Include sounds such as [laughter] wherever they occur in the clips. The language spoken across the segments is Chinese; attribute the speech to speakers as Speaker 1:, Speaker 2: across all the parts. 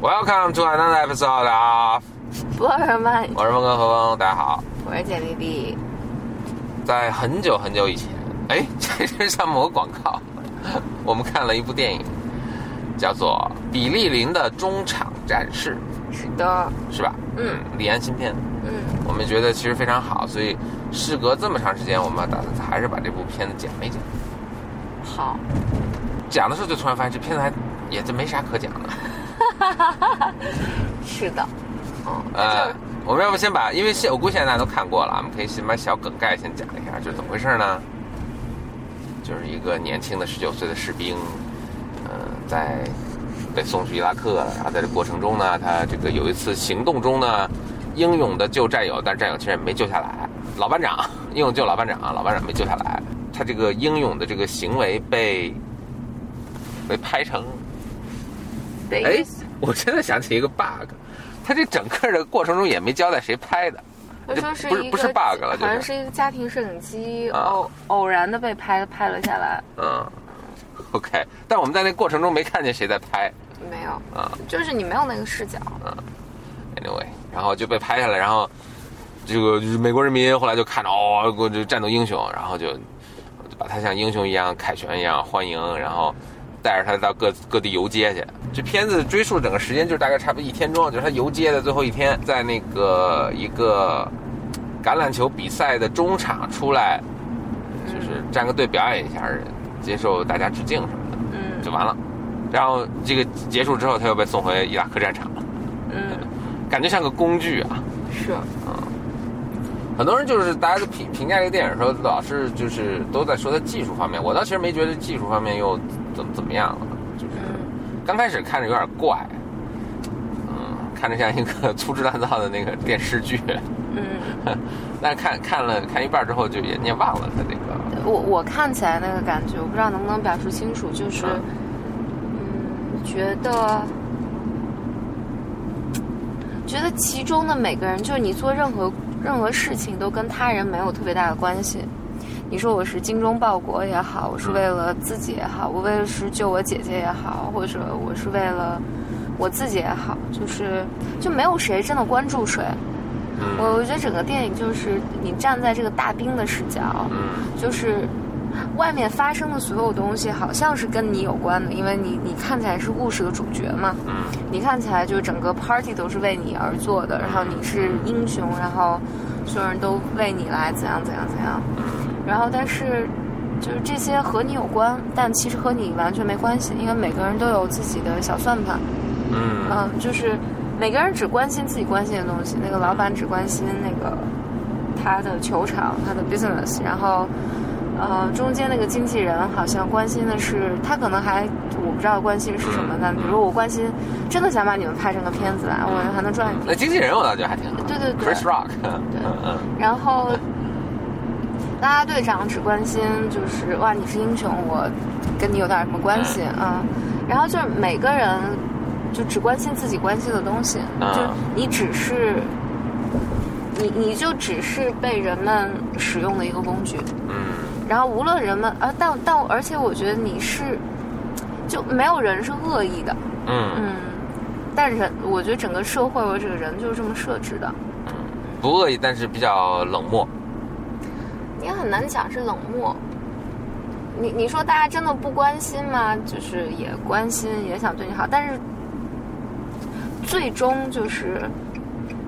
Speaker 1: Welcome to another episode of，
Speaker 2: 博尔曼，
Speaker 1: 我是峰哥何峰，大家好。
Speaker 2: 我是简丽丽。
Speaker 1: 在很久很久以前，哎， [laughs] 这是像某个广告。 [laughs] 我们看了一部电影，叫做《比利林的中场战事
Speaker 2: 是的，》，
Speaker 1: 是吧？
Speaker 2: 嗯，
Speaker 1: 李安新片，
Speaker 2: 嗯，
Speaker 1: 我们觉得其实非常好，所以事隔这么长时间，我们打算还是把这部片子讲一讲。
Speaker 2: 好，
Speaker 1: 讲的时候就突然发现，这片子还也就没啥可讲的。
Speaker 2: 是的，嗯，
Speaker 1: 呃，我们要不先把，因为现我估计现在大家都看过了，我们可以先把小梗概先讲一下，就是怎么回事呢？就是一个年轻的十九岁的士兵，嗯、在被送去伊拉克了，然后在这过程中呢，他这个有一次行动中呢，英勇的救战友，但是战友其实也没救下来，老班长英勇救老班长，老班长没救下来，他这个英勇的这个行为被被拍成
Speaker 2: 对，
Speaker 1: 哎，我现在想起一个 bug，他这整个的过程中也没交代谁拍的，
Speaker 2: 我说是
Speaker 1: 不是
Speaker 2: 一个
Speaker 1: 不是 bug 了，
Speaker 2: 好
Speaker 1: 就
Speaker 2: 像
Speaker 1: 是
Speaker 2: 是一个家庭摄影机
Speaker 1: 啊
Speaker 2: 偶偶然的被拍拍了下来，
Speaker 1: 嗯，OK，但我们在那过程中没看见谁在拍
Speaker 2: 没有，
Speaker 1: 啊、
Speaker 2: 就是你没有那个视角，
Speaker 1: a n y w a y 然后就被拍下来，然后这个就是美国人民后来就看到哦，我这战斗英雄，然后就就把他像英雄一样凯旋一样欢迎，然后带着他到各各地游街去。这片子追溯整个时间就是大概差不多一天钟，就是他游街的最后一天，在那个一个橄榄球比赛的中场出来，就是站个队表演一下，接受大家致敬什么的，
Speaker 2: 嗯
Speaker 1: 就完了。然后这个结束之后，他又被送回伊拉克战场了，
Speaker 2: 嗯，
Speaker 1: 感觉像个工具啊。
Speaker 2: 是，
Speaker 1: 很多人就是大家都评评价这个电影的时候，老是就是都在说它技术方面，我倒其实没觉得技术方面又怎么怎么样了，就是
Speaker 2: 嗯，
Speaker 1: 刚开始看着有点怪，嗯，看着像一个 [laughs] 粗制滥造的那个电视剧， [laughs]
Speaker 2: 嗯，
Speaker 1: 但是看看了看一半之后就也你也忘了它这个，
Speaker 2: 我我看起来那个感觉，我不知道能不能表述清楚，就是，
Speaker 1: 嗯
Speaker 2: 嗯，觉得。觉得其中的每个人，就是你做任何任何事情都跟他人没有特别大的关系。你说我是精忠报国也好，我是为了自己也好，我为了是救我姐姐也好，或者我是为了我自己也好，就是就没有谁真的关注谁。我
Speaker 1: 嗯
Speaker 2: 我觉得整个电影就是你站在这个大兵的视角，
Speaker 1: 嗯
Speaker 2: 就是外面发生的所有东西好像是跟你有关的，因为你你看起来是故事的主角嘛，
Speaker 1: 嗯
Speaker 2: 你看起来就是整个 party 都是为你而做的，然后你是英雄，然后所有人都为你来怎样怎样怎样，然后但是就是这些和你有关，但其实和你完全没关系，因为每个人都有自己的小算盘，
Speaker 1: 嗯
Speaker 2: 嗯，就是每个人只关心自己关心的东西。那个老板只关心那个他的球场、他的 business，然后呃，中间那个经纪人好像关心的是他可能还我不知道关心是什么
Speaker 1: 嗯，
Speaker 2: 但比如我关心真的想把你们拍成个片子来，啊我还能赚一笔。
Speaker 1: 那经纪人我倒觉得还挺好
Speaker 2: 对对 [laughs] 对
Speaker 1: ，Chris Rock，嗯嗯
Speaker 2: 然后啦啦队长只关心就是哇，你是英雄，我跟你有点什么关系啊、嗯？然后就是每个人就只关心自己关心的东西，
Speaker 1: 嗯
Speaker 2: 就你只是你你就只是被人们使用的一个工具。
Speaker 1: 嗯
Speaker 2: 然后无论人们啊，但但而且我觉得你是就没有人是恶意的，
Speaker 1: 嗯，
Speaker 2: 嗯。但人，我觉得整个社会或者整个人就是这么设置的，
Speaker 1: 不恶意，但是比较冷漠，
Speaker 2: 你很难讲是冷漠。你你说大家真的不关心吗？就是也关心，也想对你好，但是最终就是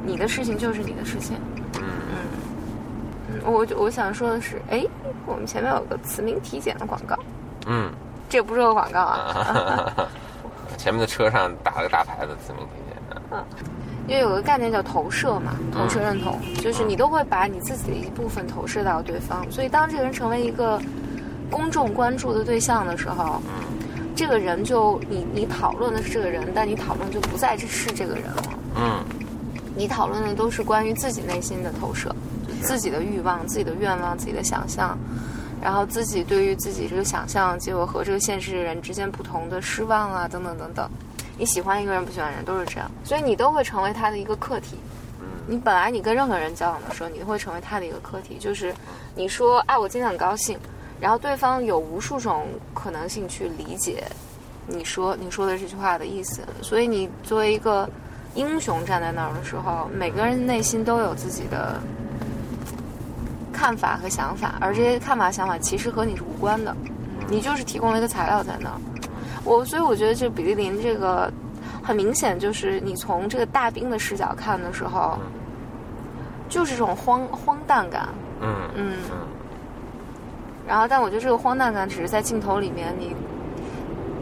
Speaker 2: 你的事情就是你的事情。
Speaker 1: 嗯
Speaker 2: 嗯，我我想说的是，哎，我们前面有个慈铭体检的广告，
Speaker 1: 嗯。
Speaker 2: 这不是个广告啊，
Speaker 1: 前面的车上打了个大牌子，自鸣体检。
Speaker 2: 因为有个概念叫投射嘛，投射认同，就是你都会把你自己的一部分投射到对方，所以当这个人成为一个公众关注的对象的时候，这个人就你你讨论的是这个人，但你讨论就不再是这个人了，
Speaker 1: 嗯
Speaker 2: 你讨论的都是关于自己内心的投射，就自己的欲望、自己的愿望、自己的想象，然后自己对于自己这个想象结果和这个现实人之间不同的失望啊，等等等等。你喜欢一个人，不喜欢人都是这样，所以你都会成为他的一个课题。你本来你跟任何人交往的时候，你都会成为他的一个课题，就是你说啊，我今天很高兴，然后对方有无数种可能性去理解你说你说的这句话的意思。所以你作为一个英雄站在那儿的时候，每个人内心都有自己的看法和想法，而这些看法想法其实和你是无关的，你就是提供了一个材料在那儿。我所以我觉得这比利林这个很明显就是你从这个大兵的视角看的时候，就是这种荒荒诞感，
Speaker 1: 嗯
Speaker 2: 嗯。
Speaker 1: 嗯
Speaker 2: 然后，但我觉得这个荒诞感只是在镜头里面你，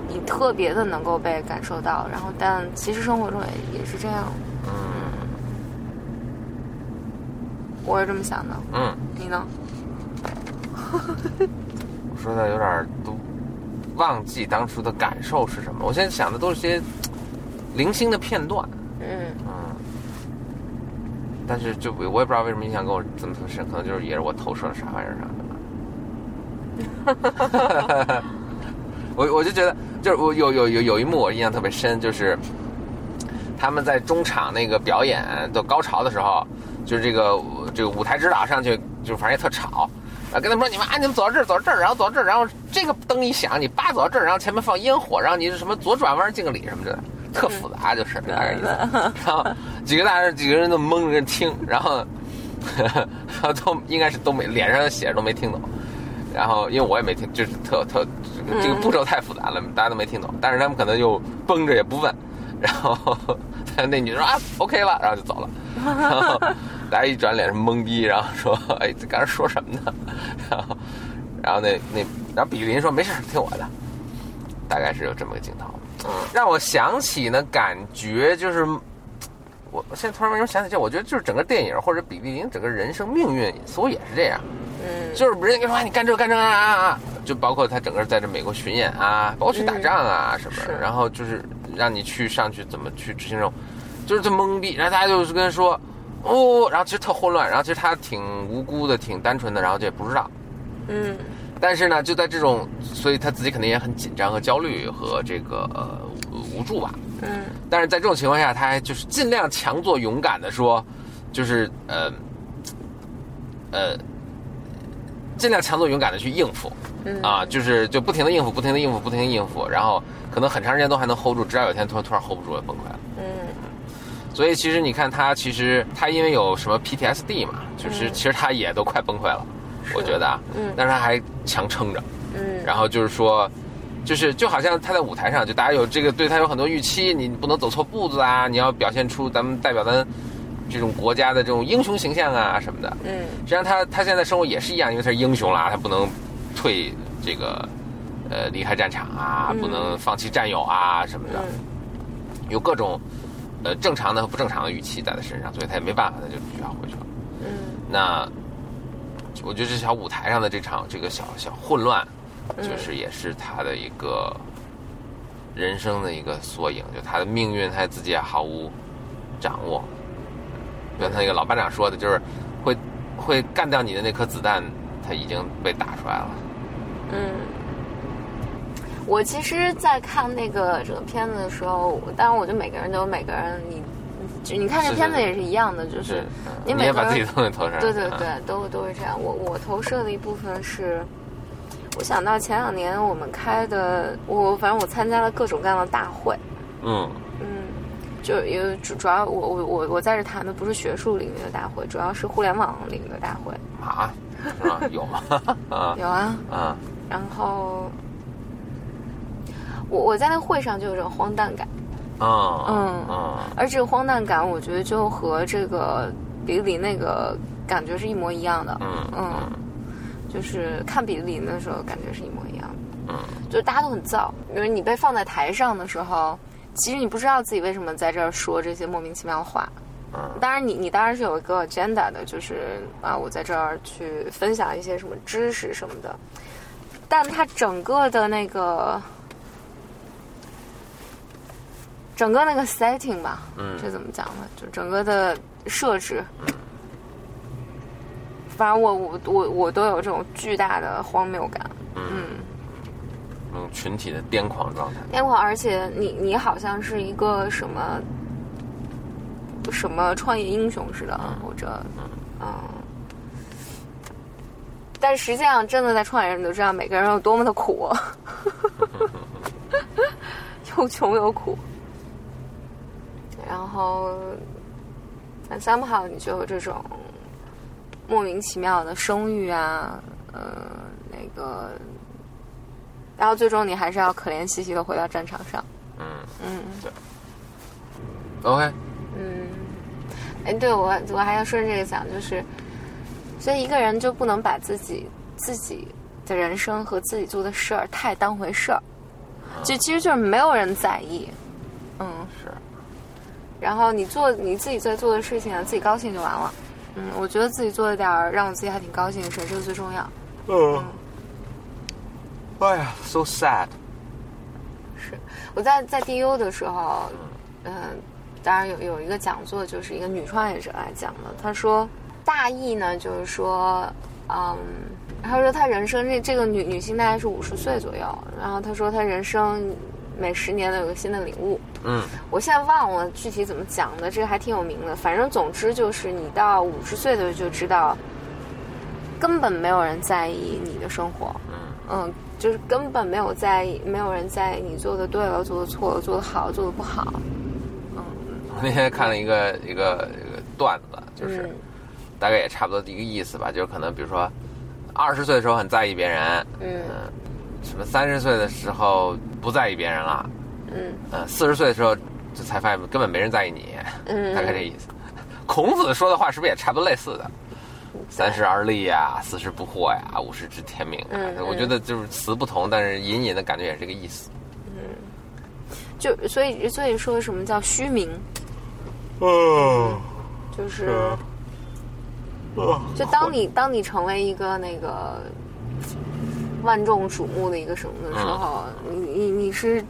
Speaker 2: 你特别的能够被感受到。然后，但其实生活中也也是这样，
Speaker 1: 嗯
Speaker 2: 我是这么想的。
Speaker 1: 嗯，
Speaker 2: 你呢？
Speaker 1: 我说的有点儿都忘记当初的感受是什么，我现在想的都是些零星的片段，
Speaker 2: 嗯
Speaker 1: 嗯。但是就我也不知道为什么印象跟我这么深，可能就是也是我投射了啥玩意儿啥的吧。我我就觉得，就是我有有有有一幕我印象特别深，就是他们在中场那个表演的高潮的时候，就是这个这个舞台指导上去，就反正也特吵。啊，跟他们说你们啊，你们走到这儿，走到这儿，然后走到这儿，然后这个灯一响，你叭走到这儿，然后前面放烟火，然后你是什么左转弯敬个礼什么的，特复杂，就是大概意思。 [laughs] 然后啊几个大人几个人都蒙着听，然后 [laughs] 然后都应该是都没脸上写着都没听懂，然后因为我也没听，就是特特这个步骤太复杂了，大家都没听懂，但是他们可能就绷着也不问，然后 [laughs] 那女的说啊 OK 了，然后就走了，然后大家一转脸是懵逼，然后说哎这刚才说什么呢？然后然后那那然后比林说没事儿听我的，大概是有这么个镜头。让我想起呢，感觉就是，我我现在突然为什么想起这？我觉得就是整个电影或者比利林整个人生命运，似乎也是这样，
Speaker 2: 嗯
Speaker 1: 就是人家跟你说啊，你干这个干这个啊啊啊，就包括他整个在这美国巡演啊，包括去打仗啊什么
Speaker 2: 是
Speaker 1: 的，然后就是让你去上去怎么去执行任务，就是这懵逼，然后大家就是跟他说。哦，然后其实特混乱，然后其实他挺无辜的，挺单纯的，然后就也不知道。
Speaker 2: 嗯
Speaker 1: 但是呢，就在这种，所以他自己肯定也很紧张和焦虑和这个呃无无助吧。
Speaker 2: 嗯
Speaker 1: 但是在这种情况下，他还就是尽量强作勇敢的说，就是呃呃，尽量强作勇敢的去应付
Speaker 2: 嗯
Speaker 1: 啊，就是就不停的应付，不停的应付，不停的应付，然后可能很长时间都还能 hold 住，直到有一天突然突然 hold 不住了，崩溃了。
Speaker 2: 嗯
Speaker 1: 所以其实你看他，其实他因为有什么 PTSD 嘛，就是
Speaker 2: 嗯
Speaker 1: 其实他也都快崩溃了，我觉得啊，
Speaker 2: 嗯
Speaker 1: 但是他还强撑着。
Speaker 2: 嗯
Speaker 1: 然后就是说，就是就好像他在舞台上，就大家有这个对他有很多预期，你不能走错步子啊，你要表现出咱们代表咱这种国家的这种英雄形象啊什么的。
Speaker 2: 嗯
Speaker 1: 实际上他他现在生活也是一样，因为他是英雄啦，他不能退这个呃离开战场啊，
Speaker 2: 嗯
Speaker 1: 不能放弃战友啊什么的，
Speaker 2: 嗯
Speaker 1: 有各种呃正常的和不正常的预期在他身上，所以他也没办法，他就必须要回去了。
Speaker 2: 嗯
Speaker 1: 那我觉得这小舞台上的这场这个小小混乱，
Speaker 2: 嗯
Speaker 1: 就是也是他的一个人生的一个缩影，就他的命运他自己也毫无掌握。就像他那个老班长说的，就是会会干掉你的那颗子弹，他已经被打出来了。
Speaker 2: 嗯。我其实，在看那个这个片子的时候，当然，我觉得每个人都有每个人，你你就你看这
Speaker 1: 是
Speaker 2: 片子
Speaker 1: 是
Speaker 2: 也是一样的，就是是，
Speaker 1: 嗯
Speaker 2: 你
Speaker 1: 你
Speaker 2: 每
Speaker 1: 也
Speaker 2: 个
Speaker 1: 把
Speaker 2: 人
Speaker 1: 自己东西投上。
Speaker 2: 对对
Speaker 1: 嗯
Speaker 2: 对，都都是这样。我我投射的一部分是，我想到前两年我们开的，我反正我参加了各种各样的大会，
Speaker 1: 嗯
Speaker 2: 嗯，就因为主主要我我我我在这谈的不是学术领域的大会，主要是互联网领域的大会。
Speaker 1: 啊，是吧？有
Speaker 2: [laughs]
Speaker 1: 吗？啊
Speaker 2: 有啊，
Speaker 1: 啊
Speaker 2: 然后我我在那会上就有种荒诞感，
Speaker 1: 嗯
Speaker 2: 嗯
Speaker 1: 嗯
Speaker 2: 而这个荒诞感，我觉得就和这个比利那个感觉是一模一样的。
Speaker 1: 嗯
Speaker 2: 嗯，就是看比利的时候，感觉是一模一样的。
Speaker 1: 嗯
Speaker 2: 就是大家都很燥，因为你被放在台上的时候，其实你不知道自己为什么在这儿说这些莫名其妙的话。
Speaker 1: 嗯
Speaker 2: 当然你，你当然是有一个 agenda 的，就是啊，我在这儿去分享一些什么知识什么的，但它整个的那个。整个那个 setting 吧，
Speaker 1: 嗯
Speaker 2: 这怎么讲呢？就整个的设置，反正我我我我都有这种巨大的荒谬感，
Speaker 1: 嗯嗯，群体的癫狂状态。
Speaker 2: 那会儿，而且你你好像是一个什么什么创业英雄似的，或者嗯，但实际上真的在创业，你都知道每个人有多么的苦。啊又穷又苦。然后，但 somehow 你就有这种莫名其妙的生育啊，呃，那个，然后最终你还是要可怜兮兮的回到战场上。
Speaker 1: 嗯
Speaker 2: 嗯
Speaker 1: ，OK，
Speaker 2: 嗯，哎，对我我还要顺着这个讲，就是，所以一个人就不能把自己自己的人生和自己做的事儿太当回事儿，就其实就是没有人在意，嗯。
Speaker 1: 是，
Speaker 2: 然后你做你自己在做的事情，啊自己高兴就完了。嗯，我觉得自己做了点儿让我自己还挺高兴的事，这个最重要。
Speaker 1: 嗯，哎呀，so sad，
Speaker 2: 是我在在 DU 的时候，嗯、当然有有一个讲座，就是一个女创业者来讲的，她说大意呢就是说，嗯，她说她人生这这个女女性大概是五十岁左右，然后她说她人生每十年都有个新的领悟，
Speaker 1: 嗯
Speaker 2: 我现在忘了具体怎么讲的，这个还挺有名的。反正总之就是，你到五十岁的时候就知道，根本没有人在意你的生活，
Speaker 1: 嗯
Speaker 2: 嗯，就是根本没有在意，没有人在意你做的对了，做的错了，做的好，做的不好。
Speaker 1: 我那天看了一个一个一个段子，就是
Speaker 2: 嗯
Speaker 1: 大概也差不多一个意思吧，就是可能比如说，二十岁的时候很在意别人，
Speaker 2: 嗯
Speaker 1: 嗯，什么三十岁的时候不在意别人了，
Speaker 2: 嗯
Speaker 1: 嗯，四十岁的时候就才发现根本没人在意你，
Speaker 2: 嗯，
Speaker 1: 大概这意思。孔子说的话是不是也差不多类似的？三十而立呀，四十不惑呀，五十知天命啊
Speaker 2: 嗯嗯
Speaker 1: 我觉得就是词不同，但是隐隐的感觉也是这个意思。
Speaker 2: 就所以所以说什么叫虚名，
Speaker 1: 哦，
Speaker 2: 就是。
Speaker 1: 啊哦，
Speaker 2: 就当你当你成为一个那个万众瞩目的一个什么的时
Speaker 1: 嗯
Speaker 2: 候，你你你是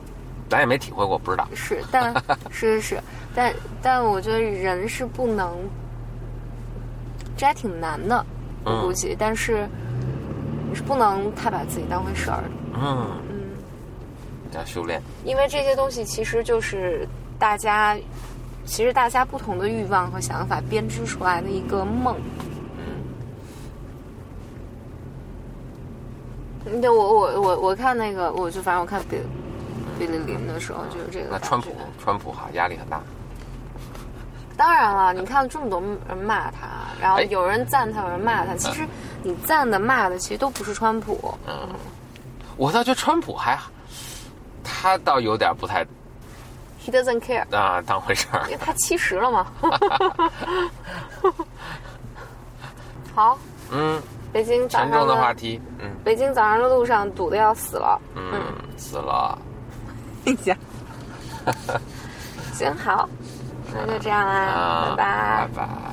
Speaker 1: 咱也没体会过，不知道。
Speaker 2: 是，
Speaker 1: [laughs]
Speaker 2: 但是是是，但但我觉得人是不能，这还挺难的，我估
Speaker 1: 嗯
Speaker 2: 计，但是你是不能太把自己当回事儿的，
Speaker 1: 嗯，
Speaker 2: 嗯，
Speaker 1: 要修炼。
Speaker 2: 因为这些东西其实就是大家，其实大家不同的欲望和想法编织出来的一个梦。嗯，对我我我我看那个，我就反正我看比比利林的时候就是这个
Speaker 1: 那
Speaker 2: 感
Speaker 1: 川普
Speaker 2: 觉，
Speaker 1: 川普哈压力很大。
Speaker 2: 当然了，你看这么多人骂他，然后
Speaker 1: 哎
Speaker 2: 有人赞他，有人骂他，其实你赞的骂的其实都不是川普，
Speaker 1: 嗯，我倒觉得川普还，他倒有点不太
Speaker 2: he doesn't care。
Speaker 1: 啊当回事儿
Speaker 2: 因。为他七十了
Speaker 1: [laughs]
Speaker 2: 嘛。好，
Speaker 1: 嗯，
Speaker 2: 北京早
Speaker 1: 沉重
Speaker 2: 上
Speaker 1: 的话题。嗯
Speaker 2: 北京早上的路上堵得要死了。
Speaker 1: 嗯，死了。
Speaker 2: 你讲，行好，那就这样啦，
Speaker 1: 啊，
Speaker 2: 嗯拜
Speaker 1: 拜。
Speaker 2: 拜
Speaker 1: 拜。